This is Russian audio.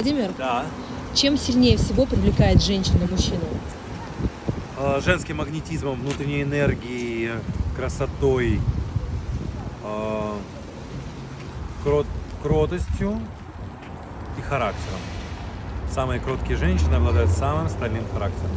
Владимир, Да. чем сильнее всего привлекает женщина мужчину? Э, Женским магнетизмом, внутренней энергией, красотой, э, крот- кротостью и характером. Самые кроткие женщины обладают самым стальным характером.